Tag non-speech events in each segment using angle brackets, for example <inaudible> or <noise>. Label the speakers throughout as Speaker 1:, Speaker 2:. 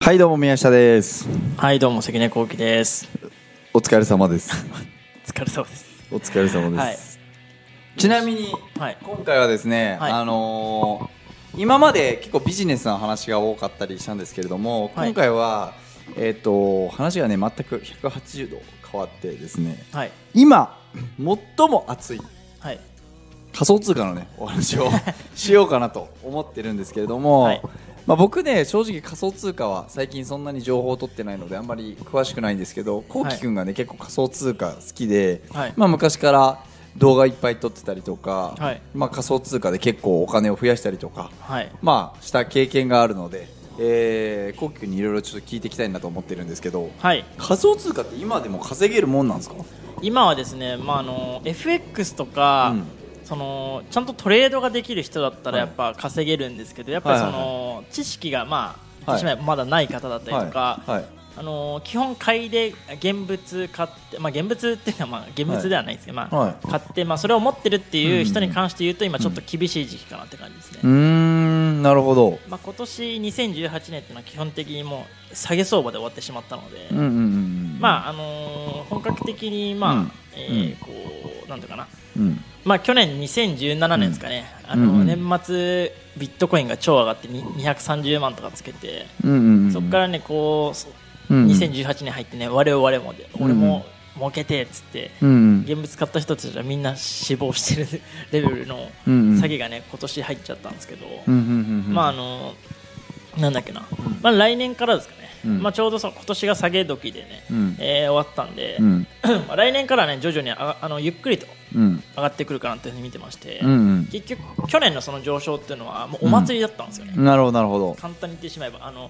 Speaker 1: はいどうも宮下です
Speaker 2: はいどうも関根幸喜です
Speaker 1: お疲れ様です
Speaker 2: お疲れ様です
Speaker 1: お疲れ様です、ちなみに
Speaker 2: はい
Speaker 1: 今回はですね、
Speaker 2: はい
Speaker 1: あのー今まで結構ビジネスの話が多かったりしたんですけれども、
Speaker 2: はい
Speaker 1: 今回はえっ、と話がね全く180度変わってですね
Speaker 2: はい
Speaker 1: 今最も熱い
Speaker 2: はい
Speaker 1: 仮想通貨のねお話をしようかなと思ってるんですけれども、
Speaker 2: はい
Speaker 1: まあ、僕ね正直仮想通貨は最近そんなに情報を取ってないのであんまり詳しくないんですけどこうきくんがね結構仮想通貨好きで、
Speaker 2: はい
Speaker 1: まあ、昔から動画いっぱい撮ってたりとか、
Speaker 2: はい
Speaker 1: まあ、仮想通貨で結構お金を増やしたりとか、
Speaker 2: はい
Speaker 1: まあ、した経験があるので、えー、こうきくんにいろいろちょっと聞いていきたいなと思ってるんですけど
Speaker 2: はい
Speaker 1: 仮想通貨って今でも稼げるもんなんですか
Speaker 2: 今はですねまああの FX とか、
Speaker 1: うん
Speaker 2: そのちゃんとトレードができる人だったら
Speaker 1: は
Speaker 2: や
Speaker 1: い
Speaker 2: っぱ稼げるんですけどやっぱりその、知識がまあ言ってしまえばまだない方だったりとか、
Speaker 1: はいはい
Speaker 2: あの基本買いで現物買って、まあ、現物っていうのはまあ現物ではないですけど、まあ
Speaker 1: はい
Speaker 2: 買って、まあ、それを持ってるっていう人に関して言うと今ちょっと厳しい時期かなって感じですね、
Speaker 1: うーんなるほど
Speaker 2: まあ、今年2018年っていうのは基本的にもう下げ相場で終わってしまったので、
Speaker 1: うんうんうんうん
Speaker 2: まああのー本格的にまあ、
Speaker 1: うん
Speaker 2: え
Speaker 1: うん
Speaker 2: ーこうなんていうかな
Speaker 1: うん
Speaker 2: まあ去年2017年ですかね、あの
Speaker 1: うんうん
Speaker 2: 年末ビットコインが超上がってに230万とかつけて、
Speaker 1: うんうんうん
Speaker 2: そこからねこうそ
Speaker 1: うんうん
Speaker 2: 2018年入ってね我々もで
Speaker 1: うん
Speaker 2: 俺も儲けてっつって、
Speaker 1: うんうん
Speaker 2: 現物買った人たちはみんな死亡してるレベルの
Speaker 1: うんうん
Speaker 2: 詐欺がね今年入っちゃったんですけど、
Speaker 1: うんうんうん
Speaker 2: まああのなんだっけな、まあ、来年からですかね、
Speaker 1: うん
Speaker 2: まあ、ちょうどその今年が下げ時でね、
Speaker 1: うん
Speaker 2: えー終わったんで、
Speaker 1: うん
Speaker 2: まあ来年からね徐々にああのゆっくりと
Speaker 1: うん
Speaker 2: 上がってくるかなっていうふうに見てまして、
Speaker 1: うんうん
Speaker 2: 結局去年のその上昇っていうのはもうお祭りだったんですよね、
Speaker 1: なるほどなるほど
Speaker 2: 簡単に言ってしまえばあの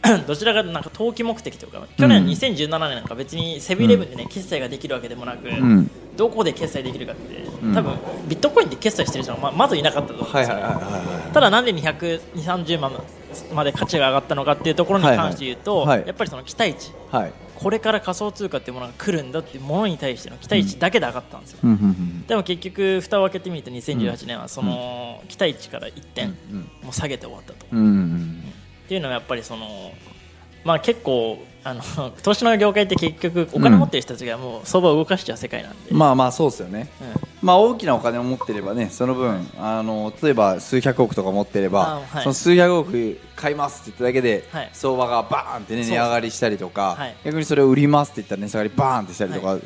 Speaker 2: <clears throat> どちらかというとなんか投機目的というか去年2017年なんか別にセブンイレブンでね、決済ができるわけでもなく、
Speaker 1: ん
Speaker 2: どこで決済できるかって、
Speaker 1: ん
Speaker 2: 多分ビットコインで決済してる人はまあまずいなかったと思うんですよ、
Speaker 1: はいはいはいは
Speaker 2: ただなんで230万まで価値が上がったのかっていうところに関して言うと、
Speaker 1: はいはいはい
Speaker 2: やっぱりその期待値
Speaker 1: いはい
Speaker 2: これから仮想通貨っていうものが来るんだっていうものに対しての期待値だけで上がったんですよ、
Speaker 1: うんうん
Speaker 2: でも結局蓋を開けてみると2018年はその期待値から1点もう下げて終わったと、
Speaker 1: うんうんうん
Speaker 2: っていうのはやっぱりそのまあ結構あの <laughs> 投資の業界って結局お金持ってる人たちがもう相場を動かしちゃう世界なんで、
Speaker 1: まあまあそうですよね
Speaker 2: うん
Speaker 1: まあ大きなお金を持ってればねその分あの例えば数百億とか持ってれば
Speaker 2: あ、はい
Speaker 1: その数百億買いますって言っただけで、
Speaker 2: はい
Speaker 1: 相場がバーンってね
Speaker 2: そ
Speaker 1: 値
Speaker 2: うそう
Speaker 1: 上がりしたりとか、
Speaker 2: はい
Speaker 1: 逆にそれを売りますって言ったら値下がりバーンってしたりとか、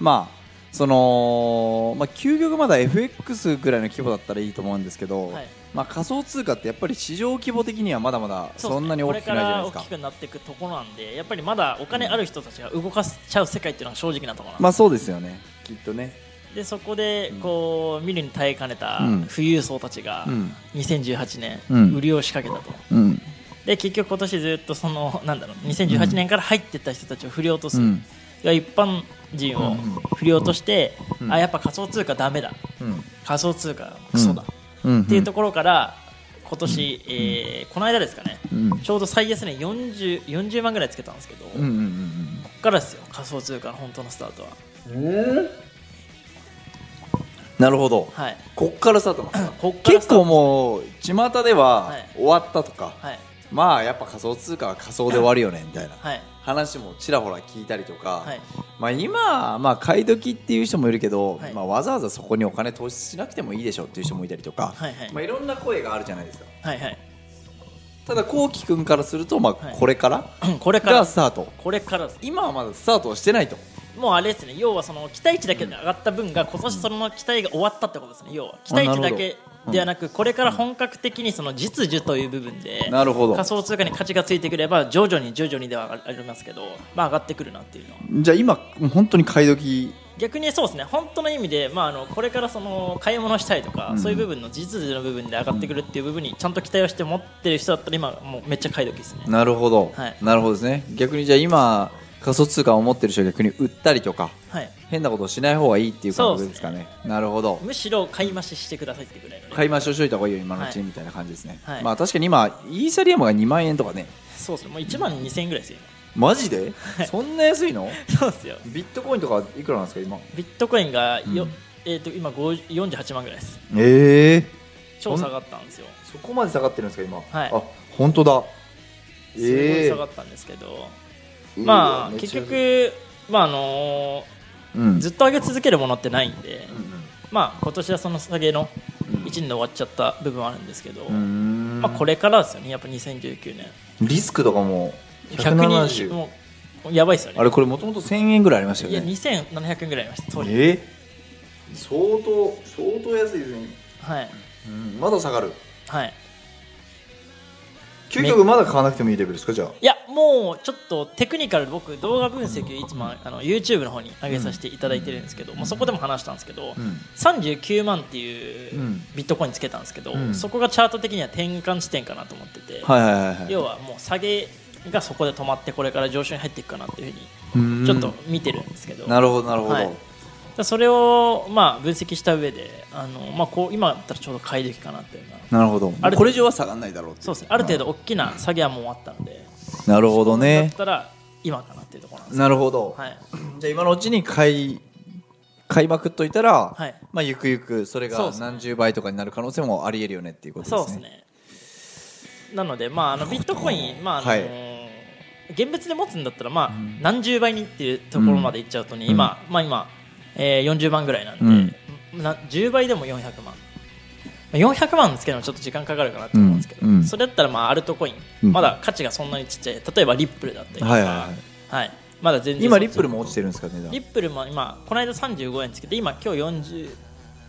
Speaker 1: まあそのまあ究極まだ FX ぐらいの規模だったらいいと思うんですけど、
Speaker 2: はい
Speaker 1: まあ仮想通貨ってやっぱり市場規模的にはまだまだ
Speaker 2: うですね
Speaker 1: そんなに大きくないじゃないです
Speaker 2: これから
Speaker 1: か
Speaker 2: 大き。くなっていくところなんでやっぱりまだお金ある人たちが動かしちゃう世界っていうのは正直なところなんです
Speaker 1: まあそうですよね。きっとね。
Speaker 2: でそこでこう見るに耐えかねた
Speaker 1: うん
Speaker 2: 富裕層たちが
Speaker 1: うん
Speaker 2: 2018
Speaker 1: うん
Speaker 2: 年売りを仕掛けたと、
Speaker 1: うん。
Speaker 2: で結局今年ずっとそのなんだろう2018年から入ってった人たちを振り落とす、
Speaker 1: うん
Speaker 2: いや一般人を振り落として、あやっぱ仮想通貨ダメだ
Speaker 1: うん。
Speaker 2: 仮想通貨クソだ、
Speaker 1: うん。
Speaker 2: っていうところから今年、えーこの間ですかね、
Speaker 1: うん
Speaker 2: ちょうど最安値 40, 40万ぐらいつけたんですけど、
Speaker 1: うんうん
Speaker 2: ここからですよ仮想通貨の本当のスタートは
Speaker 1: うんうん。なるほど。
Speaker 2: はい
Speaker 1: こっからスタートなんですか。
Speaker 2: <laughs> こっから
Speaker 1: 結
Speaker 2: スター
Speaker 1: 構
Speaker 2: ト
Speaker 1: もう巷では
Speaker 2: はい
Speaker 1: 終わったとか、
Speaker 2: はい
Speaker 1: まあやっぱ仮想通貨は仮想で終わるよねみたいな
Speaker 2: はい
Speaker 1: 話もちらほら聞いたりとか、
Speaker 2: はい
Speaker 1: まあ今まあ買い時っていう人もいるけど、
Speaker 2: はい
Speaker 1: まあわざわざそこにお金投資しなくてもいいでしょうっていう人もいたりとか、
Speaker 2: はいはい
Speaker 1: まあいろんな声があるじゃないですか。
Speaker 2: はいはい <clears throat>
Speaker 1: ただこうきくんからするとまあ
Speaker 2: はい
Speaker 1: これから
Speaker 2: うんこれから
Speaker 1: がスタート。
Speaker 2: これからです
Speaker 1: 今はまだスタートをしてないと
Speaker 2: もうあれですね要はその期待値だけで上がった分が今年その期待が終わったってことですね要は期待値だけではなくこれから本格的にその実需という部分で
Speaker 1: なるほど
Speaker 2: 仮想通貨に価値がついてくれば徐々に徐々にではありますけどまあ上がってくるなっていうのは
Speaker 1: じゃあ今もう本当に買い時
Speaker 2: 逆にそうですね本当の意味でまああのこれからその買い物したりとかそういう部分の実需の部分で上がってくるっていう部分にちゃんと期待をして持ってる人だったら今もうめっちゃ買い時ですね
Speaker 1: なるほど、
Speaker 2: はい
Speaker 1: なるほどですね逆にじゃあ今仮想通貨を持ってる人は逆に売ったりとか
Speaker 2: はい
Speaker 1: 変なことをしない方がいいっていう感じですかねなるほど
Speaker 2: むしろ買い増ししてくださいってぐらいのね
Speaker 1: 買い増しをしといた方がいいよ今のうちに
Speaker 2: はい
Speaker 1: みたいな感じですね、
Speaker 2: はい
Speaker 1: まあ確かに今イーサリアムが2万円とかね
Speaker 2: そうですねもう1万2000円ぐらいですよ
Speaker 1: マジで、そんな安いの
Speaker 2: 今そうですよ
Speaker 1: ビットコインとかいくらなんですか今
Speaker 2: ビットコインがよ、
Speaker 1: うん
Speaker 2: えー、と今50 48万ぐらいです
Speaker 1: ええ
Speaker 2: 超下がったんですよ
Speaker 1: そこまで下がってるんですか今、
Speaker 2: はい
Speaker 1: あ本当だ
Speaker 2: すごい下がったんですけど、まあ結局、まああの
Speaker 1: うん
Speaker 2: ずっと上げ続けるものってないんで、
Speaker 1: う
Speaker 2: まあ今年はその下げの1年で終わっちゃった部分はあるんですけど、
Speaker 1: ん
Speaker 2: まあ、これからですよねやっぱ2019年
Speaker 1: リスクとかも
Speaker 2: 120
Speaker 1: 170
Speaker 2: もうやばいですよね
Speaker 1: あれこれもともと1000円ぐらいありました
Speaker 2: いや
Speaker 1: よね
Speaker 2: 2700円ぐらいありました当時
Speaker 1: え相当相当安いですね、
Speaker 2: はい
Speaker 1: うん、まだ下がる
Speaker 2: はい
Speaker 1: 究極まだ買わなくてもいいレベルですかじゃあ
Speaker 2: いやもうちょっとテクニカルで僕動画分析いつもあの YouTube の方に上げさせていただいてるんですけど、もうそこでも話したんですけど、
Speaker 1: ん
Speaker 2: 39万っていう
Speaker 1: うん
Speaker 2: ビットコインつけたんですけど、
Speaker 1: うん
Speaker 2: そこがチャート的には転換地点かなと思ってて、
Speaker 1: はいはいはいはい
Speaker 2: 要はもう下げがそこで止まってこれから上昇に入っていくかなっていうふ
Speaker 1: う
Speaker 2: うに
Speaker 1: ん
Speaker 2: ちょっと見てるんですけど、
Speaker 1: なるほどなるほど、
Speaker 2: はいだそれをまあ分析した上であの、まあ、こう今だったらちょうど買い時かなっていうのは
Speaker 1: なるほど
Speaker 2: ある
Speaker 1: これ以上は下がらないだろうってい
Speaker 2: そうですねある程度大きな下げはもう終わったので、
Speaker 1: なるほど
Speaker 2: だっ
Speaker 1: ね
Speaker 2: たら今かなっていうところなんです
Speaker 1: なるほど、
Speaker 2: けどはい
Speaker 1: じゃあ今のうちに買い買いまくっといたら、
Speaker 2: はい
Speaker 1: まあ、ゆくゆくそれ
Speaker 2: そう
Speaker 1: が
Speaker 2: ですね
Speaker 1: 何十倍とかになる可能性もありえるよねっていうことです
Speaker 2: そ
Speaker 1: ね
Speaker 2: うですねなのでまああのビットコインまああの
Speaker 1: はい
Speaker 2: 現物で持つんだったらまあ何十倍にっていうところまでいっちゃうとね、今まあ今、えー、40万ぐらいなんで、な10倍でも400万まあ400万ですけどちょっと時間かかるかなと思うんですけど、
Speaker 1: うんうん
Speaker 2: それだったらまあアルトコイン、
Speaker 1: うん
Speaker 2: まだ価値がそんなにちっちゃい例えばリップルだったりとか、
Speaker 1: はいはいはい
Speaker 2: はいまだ全然
Speaker 1: 今リップルも
Speaker 2: ち
Speaker 1: 落ちてるんですか値段
Speaker 2: リップルも今この間35円つけて今今日40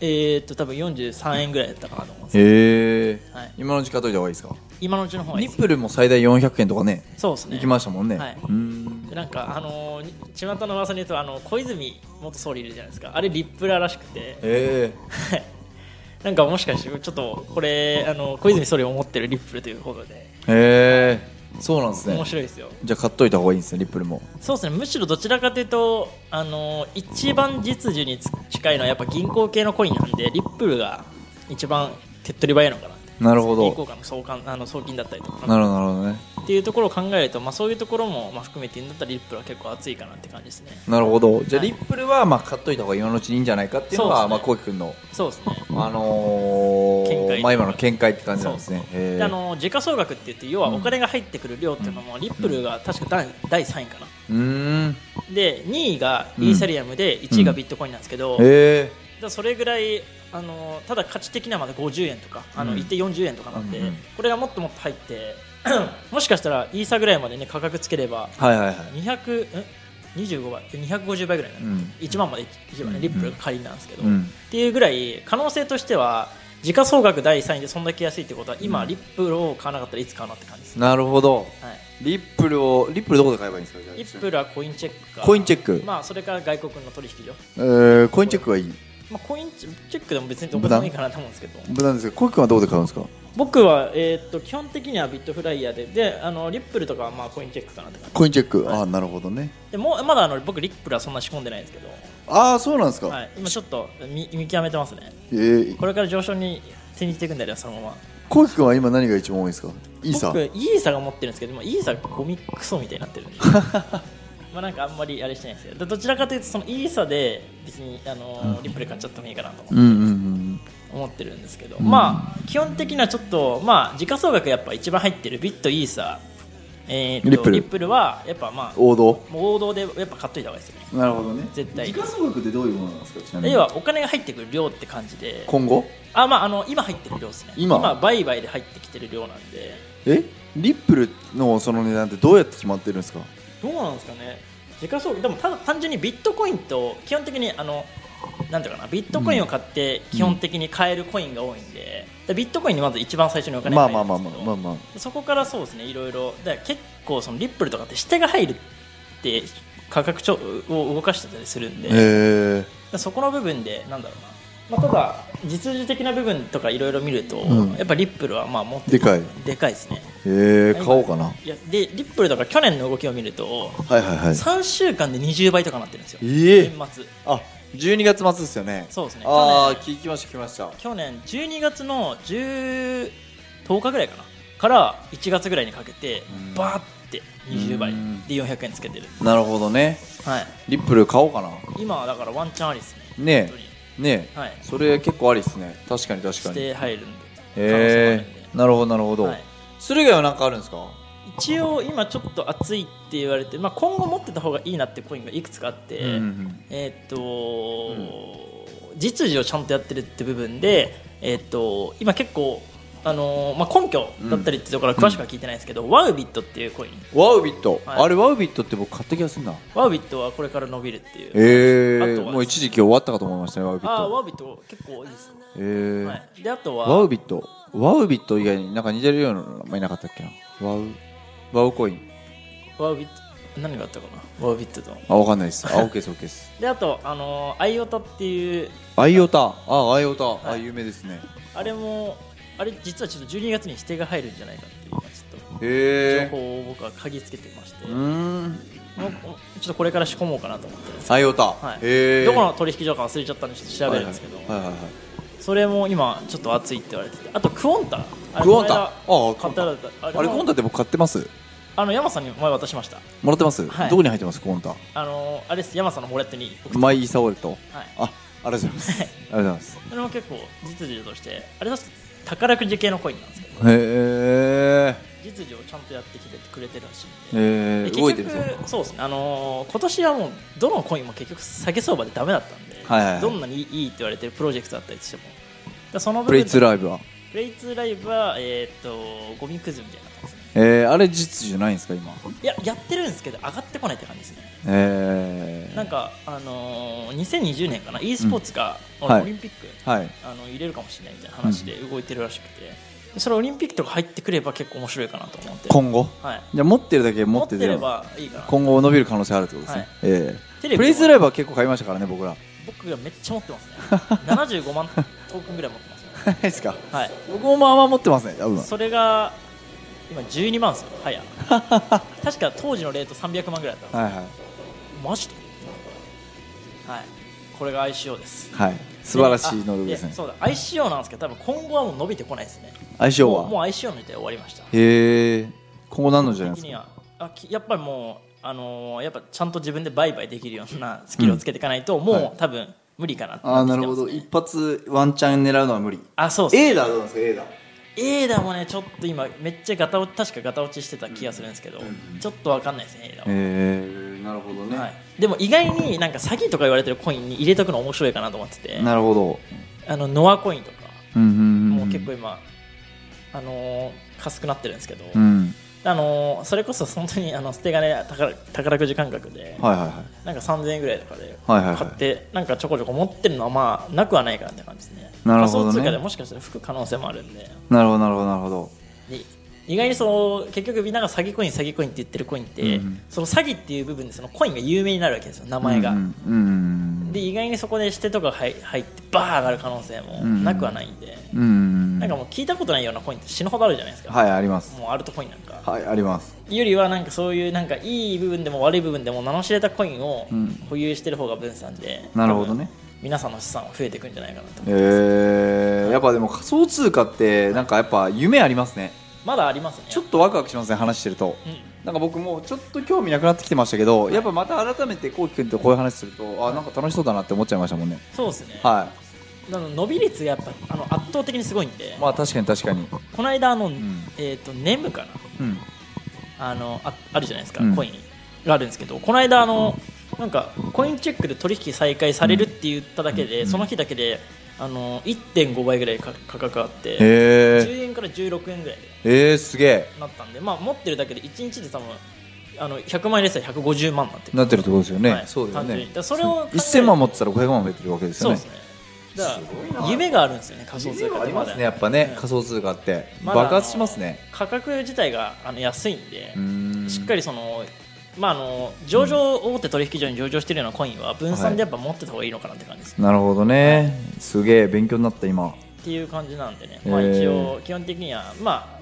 Speaker 2: えー、っと多分43円ぐらいだったかなと思うんですよ
Speaker 1: へえ、
Speaker 2: はい
Speaker 1: 今のうち買っといた方がいいですか
Speaker 2: 今のうちの方がいい
Speaker 1: リ
Speaker 2: です
Speaker 1: ップルも最大400円とかね
Speaker 2: そうですね
Speaker 1: 行きましたもんね、
Speaker 2: はいう
Speaker 1: ーん
Speaker 2: なんかあのー巷の噂に言うとあの小泉元総理いるじゃないですかあれリップラーらしくて
Speaker 1: え
Speaker 2: はいなんかもしかしてちょっとこれあの小泉総理を持ってるリップルということで
Speaker 1: えへえそうなんですね
Speaker 2: 面白いですよ
Speaker 1: じゃあ買っといた方がいいんですねリップルも
Speaker 2: そうですねむしろどちらかというとあのー一番実需に近いのはやっぱ銀行系のコインなんでリップルが一番手っ取り早いのかなって
Speaker 1: なるほ
Speaker 2: 銀
Speaker 1: ど
Speaker 2: 行間の送還あの送金だったりとか
Speaker 1: なるほどなるほどね
Speaker 2: っていうところを考えると、まあ、そういうところも、まあ、含めて言うんだったらリップルは結構熱いかなって感じですね
Speaker 1: なるほどじゃあ
Speaker 2: はい
Speaker 1: リップルはまあ買っといた方が今のうちにいいんじゃないかっていうのが
Speaker 2: そうですね
Speaker 1: まあこうきくんの
Speaker 2: そうですね
Speaker 1: あの
Speaker 2: 見
Speaker 1: ー
Speaker 2: 解
Speaker 1: まあ今の見解って感じなんですねへ
Speaker 2: で
Speaker 1: え
Speaker 2: あの時価総額って言って要はお金が入ってくる量っていうのも、リップルが確か第第3位かな
Speaker 1: うーん
Speaker 2: で2位がイーサリアムで1位がビットコインなんですけど、だか
Speaker 1: へえ
Speaker 2: らそれぐらいあのただ価値的にはまだ50円とかあの
Speaker 1: うん
Speaker 2: 一定40円とかなんで、
Speaker 1: うんうん
Speaker 2: これがもっともっと入って <clears throat> もしかしたらイーサぐらいまで、ね、価格つければ
Speaker 1: はいはいはい
Speaker 2: 200ん25倍250倍ぐらいにな
Speaker 1: う
Speaker 2: る、
Speaker 1: ん
Speaker 2: 1万までいけば
Speaker 1: う
Speaker 2: ね
Speaker 1: ん
Speaker 2: リップルが仮なんですけど、
Speaker 1: うん
Speaker 2: っていうぐらい可能性としては時価総額第3位でそんだけ安いってことは今、
Speaker 1: うん
Speaker 2: リップルを買わなかったらいつ買うなって感じですね、
Speaker 1: なるほど
Speaker 2: はい、
Speaker 1: リップルをリップルどこで買えばいいんですかじゃあ
Speaker 2: リップルはコインチェックか
Speaker 1: コインチェック
Speaker 2: まあそれから外国の取引所、
Speaker 1: えーコインチェックがいい
Speaker 2: まあ、コインチェックでも別にどこでもいいかなと思うんですけど
Speaker 1: なんですけどコイくんはどこで買うんですか
Speaker 2: 僕は、えーっと基本的にはビットフライヤーでであのリップルとかはまあコインチェックかなって感じ
Speaker 1: コインチェック、
Speaker 2: はい
Speaker 1: ああなるほどね
Speaker 2: でもうまだあの僕リップルはそんな仕込んでないんですけど、
Speaker 1: ああそうなんですか、
Speaker 2: はい、今ちょっと見見極めてますね
Speaker 1: えー、
Speaker 2: これから上昇に手にしていくんだよそのまま
Speaker 1: コウキ君は今何が一番多いんですかイーサ
Speaker 2: 僕イーサが持ってるんですけど今イーサゴミクソみたいになってるんで
Speaker 1: <laughs>
Speaker 2: まあなんかあんまりあれしてないんですけどどちらかというとそのイーサで別にあのリップル買っちゃってもいいかなと思って
Speaker 1: うんうんうん
Speaker 2: 思ってるんですけど、まあ基本的にはちょっとまあ時価総額やっぱ一番入ってるビットイーサー、えーと
Speaker 1: リップル
Speaker 2: はやっぱまあ
Speaker 1: 王道
Speaker 2: もう王道でやっぱ買っといた方がいいですよね
Speaker 1: なるほどね
Speaker 2: 絶対
Speaker 1: 時価総額ってどういうものなんですかちなみに
Speaker 2: 要はお金が入ってくる量って感じで
Speaker 1: 今後
Speaker 2: あまああの今入ってる量ですね
Speaker 1: 今
Speaker 2: 売買で入ってきてる量なんで
Speaker 1: えリップルのその値段ってどうやって決まってるんですか
Speaker 2: どうなんですかね時価総額でもただ単純にビットコインと基本的にあのなんていうかなビットコインを買って基本的に買えるコインが多いんで、でビットコインにまず一番最初にお金
Speaker 1: ま
Speaker 2: が
Speaker 1: あ
Speaker 2: 入
Speaker 1: ま
Speaker 2: る
Speaker 1: あ
Speaker 2: ん
Speaker 1: ま
Speaker 2: で
Speaker 1: あ
Speaker 2: す
Speaker 1: ま
Speaker 2: けど
Speaker 1: あまあまあ
Speaker 2: でそこからそうですねいろいろだから結構そのリップルとかって指定が入るって価格ちょを動かしてたりするんで、
Speaker 1: へえ
Speaker 2: でそこの部分でなんだろうな、まあ、ただ実需的な部分とかいろいろ見ると、
Speaker 1: うん
Speaker 2: やっぱリップルはまあ持って
Speaker 1: でかい
Speaker 2: でかいですね
Speaker 1: へえ買おうかなはい
Speaker 2: やでリップルとか去年の動きを見ると
Speaker 1: いはいはい
Speaker 2: 3週間で20倍とかなってるんですよ
Speaker 1: ええ
Speaker 2: 年末
Speaker 1: あ12月末ですよね
Speaker 2: そうですね
Speaker 1: ああ
Speaker 2: 去
Speaker 1: 聞きました聞きました
Speaker 2: 去年12月の10 10日ぐらいかなから1月ぐらいにかけて
Speaker 1: うん
Speaker 2: バーって20倍
Speaker 1: う
Speaker 2: で
Speaker 1: ん
Speaker 2: 400円つけてる
Speaker 1: なるほどね
Speaker 2: はい
Speaker 1: リップル買おうかな
Speaker 2: 今はだからワンチャンありですね
Speaker 1: ね
Speaker 2: 本当に
Speaker 1: えねえ
Speaker 2: はい
Speaker 1: それ結構ありですね確かに確か
Speaker 2: し
Speaker 1: にへ
Speaker 2: て入るんで可能性もある
Speaker 1: え
Speaker 2: んで
Speaker 1: なるほどなるほど、
Speaker 2: はい
Speaker 1: それ以外は何かあるんですか
Speaker 2: 一応今ちょっと熱いって言われて、まあ、今後持ってた方がいいなってコインがいくつかあって、
Speaker 1: うん
Speaker 2: えーっと、実需をちゃんとやってるって部分で、えーっと今結構、あのーまあ、根拠だったりってところは詳しくは聞いてないですけど、ワウビットっていうコイン
Speaker 1: ワウビット、
Speaker 2: はい
Speaker 1: あれワウビットって僕買った気がするな
Speaker 2: ワウビットはこれから伸びるっていう、
Speaker 1: え
Speaker 2: あと
Speaker 1: ー、
Speaker 2: は
Speaker 1: もう一時期終わったかと思いましたねワウビッ
Speaker 2: ああー
Speaker 1: ト
Speaker 2: ワウビット結構いいですね、
Speaker 1: えー
Speaker 2: はい、であとは
Speaker 1: ワウビットワウビット以外になんか似てるような名前いなかったっけなワウワウコイン
Speaker 2: ワウビット何があったかなワウビットと
Speaker 1: あわかんない
Speaker 2: <laughs>
Speaker 1: ですあ OK です OK です
Speaker 2: であとあのーアイオタっていう
Speaker 1: アイオタあアイオタ、あ
Speaker 2: はい
Speaker 1: 有名ですね
Speaker 2: あれもあれ実はちょっと12月に指定が入るんじゃないかっていう今ちょっと情
Speaker 1: へえ
Speaker 2: 報を僕は嗅ぎつけてまして、
Speaker 1: うーん
Speaker 2: もうおちょっとこれから仕込もうかなと思ってるんです
Speaker 1: アイオタ、
Speaker 2: はい
Speaker 1: へえ
Speaker 2: どこの取引所か忘れちゃったんでちょっと調べるんですけど、
Speaker 1: はいはいはいはい
Speaker 2: それも今ちょっと熱いって言われててあとクオンタあれ
Speaker 1: クオンタ
Speaker 2: この
Speaker 1: ああ
Speaker 2: 間買ったらあ
Speaker 1: あれコンタ
Speaker 2: ン
Speaker 1: って僕買ってます
Speaker 2: あの山さんに前渡しました
Speaker 1: もらってます、
Speaker 2: はい
Speaker 1: どこに入ってますコンタ
Speaker 2: あのあれです山さんのウォレットに送って
Speaker 1: マイイーサウォレット
Speaker 2: はい
Speaker 1: あありがとうございますありがとうございます
Speaker 2: それも結構実需としてあれ確か宝くじ系のコインなんですけど
Speaker 1: へえ
Speaker 2: 実需をちゃんとやってきてくれてるらしいんで
Speaker 1: え
Speaker 2: で
Speaker 1: ー、動いてるんですよ
Speaker 2: 結局そうですねあのー今年はもうどのコインも結局下げ相場でダメだったんで、
Speaker 1: はいはいはい
Speaker 2: どんなにいいって言われてるプロジェクトだったりしてもだからその部
Speaker 1: プレ
Speaker 2: 分
Speaker 1: イツーライブは
Speaker 2: プレイツーライブは、えー、とゴミくずみたいな感じですね
Speaker 1: えー、あれ実需ないんですか今
Speaker 2: いややってるんですけど上がってこないって感じですね
Speaker 1: えー、
Speaker 2: なんか、あのー2020年かな e スポーツが、
Speaker 1: うん
Speaker 2: あの
Speaker 1: はい
Speaker 2: オリンピック、
Speaker 1: はい
Speaker 2: あの入れるかもしれないみたいな話で動いてるらしくて、でそれオリンピックとか入ってくれば結構面白いかなと思って、
Speaker 1: 今後
Speaker 2: はい、
Speaker 1: じゃあ持ってるだけ持
Speaker 2: 持
Speaker 1: っ
Speaker 2: ってて
Speaker 1: て
Speaker 2: ればいいかな
Speaker 1: 今後伸びる可能性あるってことですね、
Speaker 2: はい
Speaker 1: え
Speaker 2: テ
Speaker 1: ー、
Speaker 2: レビ
Speaker 1: プ
Speaker 2: も
Speaker 1: レイツーライブは結構買いましたからね僕ら
Speaker 2: 僕がめっちゃ持ってますね
Speaker 1: <laughs>
Speaker 2: 75万トークンぐらい持ってますね
Speaker 1: ないですか
Speaker 2: はい
Speaker 1: 僕もまあまあ持ってますね多分
Speaker 2: それが今12万ですよ
Speaker 1: <laughs>
Speaker 2: 早確か当時のレート300万ぐらいだったんですよ
Speaker 1: はいはい
Speaker 2: マジではいこれが ICO です
Speaker 1: はい素晴らしい能力です
Speaker 2: あ
Speaker 1: ね
Speaker 2: やそうだ ICO なんですけど多分今後はもう伸びてこないですね
Speaker 1: 相性
Speaker 2: もうもう
Speaker 1: は
Speaker 2: ICO の予定終わりました
Speaker 1: へえ今後何のじゃないで
Speaker 2: 的
Speaker 1: す
Speaker 2: に
Speaker 1: か
Speaker 2: はあきやっぱりもう、あのーやっぱちゃんと自分で売買できるようなスキルをつけていかないと、もう、
Speaker 1: はい
Speaker 2: 多分無理かなって
Speaker 1: ああ
Speaker 2: って
Speaker 1: な
Speaker 2: き
Speaker 1: る
Speaker 2: て
Speaker 1: ほ
Speaker 2: ます
Speaker 1: ど
Speaker 2: ね
Speaker 1: 一発ワンチャン狙うのは無理
Speaker 2: あそうそう
Speaker 1: A だどうなんですか A だ
Speaker 2: A だもねちょっと今めっちゃガタ落ち確かガタ落ちしてた気がするんですけど、ちょっとわかんないですね A だは、
Speaker 1: へえなるほどね、
Speaker 2: はい、でも意外になんか詐欺とか言われてるコインに入れとくの面白いかなと思ってて
Speaker 1: なるほど
Speaker 2: あのノアコインとか
Speaker 1: うんうんんん
Speaker 2: もう結構今、あのー、かすくなってるんですけど、
Speaker 1: うん
Speaker 2: あのーそれこそ本当にあの捨て金宝宝くじ感覚で、
Speaker 1: はいはいはい
Speaker 2: なんか3000円ぐらいとかで
Speaker 1: はいはいはい
Speaker 2: 買って、なんかちょこちょこ持ってるのはまあなくはないかなって感じですね
Speaker 1: なるほどね
Speaker 2: 仮想通貨でもしかしたら吹く可能性もあるんで
Speaker 1: なるほどなるほどなるほど
Speaker 2: で意外にその結局みんなが詐欺コイン詐欺コインって言ってるコインって、
Speaker 1: うん
Speaker 2: その詐欺っていう部分でそのコインが有名になるわけですよ名前が、
Speaker 1: うんうんうん
Speaker 2: で意外にそこでしてとか入入ってバー上がる可能性もなくはないんで、
Speaker 1: うんうんうん
Speaker 2: なんかもう聞いたことないようなコインって死ぬほどあるじゃないですか、
Speaker 1: はいあります
Speaker 2: もうアルトコインなんか、
Speaker 1: はいあります
Speaker 2: よりはなんかそういうなんかいい部分でも悪い部分でも名の知れたコインを
Speaker 1: うん
Speaker 2: 保有してる方が分散で、
Speaker 1: なるほどね
Speaker 2: 多分皆さんの資産は増えていくんじゃないかなと思います、
Speaker 1: えー、やっぱでも仮想通貨ってなんかやっぱ夢ありますね
Speaker 2: まだありますね
Speaker 1: ちょっとワクワクしますね話してると
Speaker 2: うん
Speaker 1: なんか僕もちょっと興味なくなってきてましたけど、やっぱまた改めてこうきくんとこういう話するとあなんか楽しそうだなって思っちゃいましたもんね
Speaker 2: そうですね、
Speaker 1: は
Speaker 2: あの伸び率がやっぱあの圧倒的にすごいんで、
Speaker 1: いまあ確かに確かに
Speaker 2: この間あの、
Speaker 1: ん
Speaker 2: えっ、とネムかな
Speaker 1: うん
Speaker 2: あのああるじゃないですか、
Speaker 1: うん
Speaker 2: コインがあるんですけどこの間あのなんかコインチェックで取引再開されるって言っただけで、その日だけであの1.5倍ぐらいか価格があって、
Speaker 1: えー、
Speaker 2: 10円から16円ぐらい
Speaker 1: えー、すげえ
Speaker 2: になったんで、まあ、持ってるだけで1日で多分あの100万円でしたら150万になってる
Speaker 1: なってるってことですよね、
Speaker 2: はい
Speaker 1: そうだよ
Speaker 2: 単純に
Speaker 1: ね
Speaker 2: だからそれを考えると
Speaker 1: 1000万持ってたら500万増えてるわけです
Speaker 2: そ
Speaker 1: よ
Speaker 2: う
Speaker 1: ね
Speaker 2: ですねだから夢があるんですよね仮想通貨
Speaker 1: ありますねやっぱ
Speaker 2: は
Speaker 1: ね、
Speaker 2: い
Speaker 1: 仮想通貨って、
Speaker 2: まだあの
Speaker 1: 爆発しますね
Speaker 2: 価格自体があの安いんで、しっか
Speaker 1: り
Speaker 2: りその、まあ、あの上場大手取引所に上場しているようなコインは分散でやっぱ持ってた方がいいのかなって感じです、
Speaker 1: なるほどね、すげえ勉強になった今
Speaker 2: っていう感じなんでね、まあ、
Speaker 1: へー
Speaker 2: 一応基本的には、ま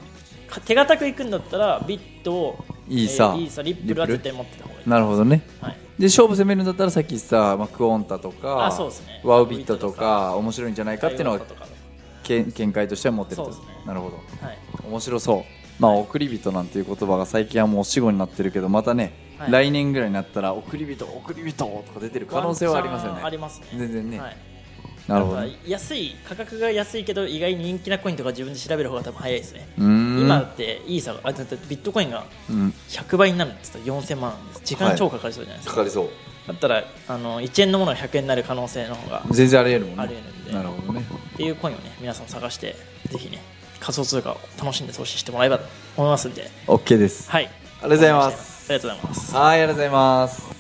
Speaker 2: あ、か手堅くいくんだったらビットを
Speaker 1: イーサー
Speaker 2: えイーサリップルは
Speaker 1: リップル
Speaker 2: 絶対持ってた方がいい、
Speaker 1: なるほどね
Speaker 2: はい、
Speaker 1: で勝負攻めるんだったらさっきさ、まあ、クオンタとか
Speaker 2: あそうですね
Speaker 1: ワウビットとか面白いんじゃないかっていうのは
Speaker 2: とかね
Speaker 1: けん見解としては持ってると
Speaker 2: そうですね
Speaker 1: なるほど
Speaker 2: はい、
Speaker 1: 面白そうまあ送り人なんていう言葉が最近はもう死語になってるけどまたね、
Speaker 2: はい
Speaker 1: 来年ぐらいになったら送り人送り人とか出てる可能性はありますよ
Speaker 2: ワンチャンあり
Speaker 1: ね
Speaker 2: ますね
Speaker 1: 全然ね
Speaker 2: はい
Speaker 1: なるほど
Speaker 2: なんか安い価格が安いけど意外に人気なコインとか自分で調べる方が多分早いですね
Speaker 1: うーん
Speaker 2: 今だってイーサがあだってビットコインが
Speaker 1: うん
Speaker 2: 100倍になるって言ったら4000万なんです時間超かかりそうじゃないです
Speaker 1: か
Speaker 2: か、
Speaker 1: かりそう
Speaker 2: だったらあの1円のものが100円になる可能性の方が
Speaker 1: 全然ありえるもんね
Speaker 2: ありえるんで
Speaker 1: なるほどね
Speaker 2: っていうコインをね皆さん探してぜひね仮想通貨を楽しんで投資してもらえればと思いますんで
Speaker 1: OK です
Speaker 2: はい
Speaker 1: ありがとうございます
Speaker 2: ありがとうございます
Speaker 1: はいありがとうございます